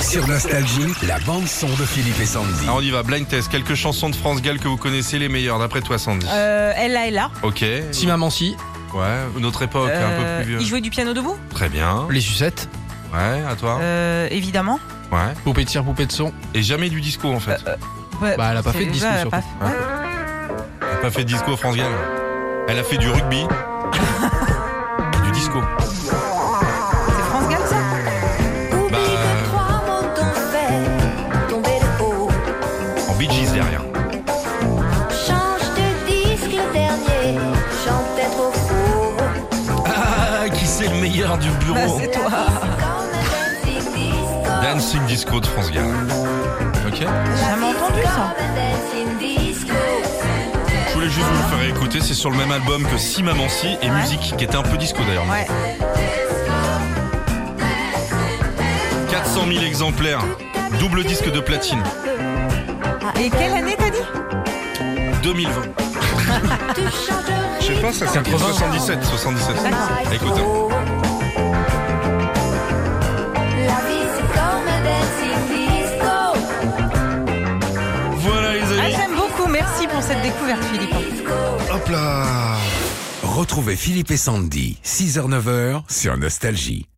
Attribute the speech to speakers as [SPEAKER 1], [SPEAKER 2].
[SPEAKER 1] Sur Nostalgie, la bande-son de Philippe et Sandy.
[SPEAKER 2] Alors on y va, blind test. Quelques chansons de France Gall que vous connaissez les meilleures, d'après toi, Sandy.
[SPEAKER 3] Euh, elle là, elle là.
[SPEAKER 2] Ok.
[SPEAKER 4] Si maman si,
[SPEAKER 2] Ouais, notre époque, un peu
[SPEAKER 3] Euh,
[SPEAKER 2] plus vieux.
[SPEAKER 3] il jouait du piano debout
[SPEAKER 2] Très bien.
[SPEAKER 4] les sucettes,
[SPEAKER 2] Ouais, à toi.
[SPEAKER 3] Euh, Évidemment.
[SPEAKER 2] Ouais.
[SPEAKER 4] poupée de cire, poupée de son.
[SPEAKER 2] Et jamais du disco, en fait.
[SPEAKER 3] Ouais,
[SPEAKER 4] Bah, elle a pas
[SPEAKER 3] c'est
[SPEAKER 4] fait de
[SPEAKER 3] les
[SPEAKER 4] disco,
[SPEAKER 3] gars, elle a
[SPEAKER 4] surtout.
[SPEAKER 3] pas fait- ouais.
[SPEAKER 2] Elle a pas fait de disco, France Gall. Elle a fait du rugby. Et du disco.
[SPEAKER 3] C'est France Gall, ça
[SPEAKER 5] Oublie
[SPEAKER 2] Bah,
[SPEAKER 5] que trois mots t'ont fait tomber le haut.
[SPEAKER 2] En Bee Gees derrière.
[SPEAKER 5] Change de disque le dernier, chante peut-être au four.
[SPEAKER 2] Ah, qui c'est le meilleur du
[SPEAKER 3] Bah, c'est toi.
[SPEAKER 5] Quand un dancing
[SPEAKER 2] Dancing
[SPEAKER 5] disco,
[SPEAKER 2] Disco de France Gall. Ok.
[SPEAKER 3] J'ai jamais entendu ça.
[SPEAKER 5] comme un dancing disco.
[SPEAKER 2] Je voulais juste vous le faire écouter, c'est sur le même album que Si Maman Si et
[SPEAKER 3] Ouais.
[SPEAKER 2] Musique, qui était un peu disco d'ailleurs.
[SPEAKER 3] Ouais.
[SPEAKER 2] 400 000 exemplaires, double disque de platine,
[SPEAKER 5] Ah,
[SPEAKER 3] Et quelle année t'as dit
[SPEAKER 2] 2020.
[SPEAKER 5] Tu changes de
[SPEAKER 2] Je sais pas, ça c'est
[SPEAKER 4] 80.
[SPEAKER 2] 77, 77.
[SPEAKER 5] rythme.
[SPEAKER 2] Écoute, hein.
[SPEAKER 5] La vie c'est comme un dancing disco.
[SPEAKER 2] Voilà les
[SPEAKER 3] Ah,
[SPEAKER 2] amis.
[SPEAKER 3] j'aime beaucoup. Merci pour cette découverte, Philippe.
[SPEAKER 1] Hop là Retrouvez Philippe et Sandy, 6h-9h, sur Nostalgie.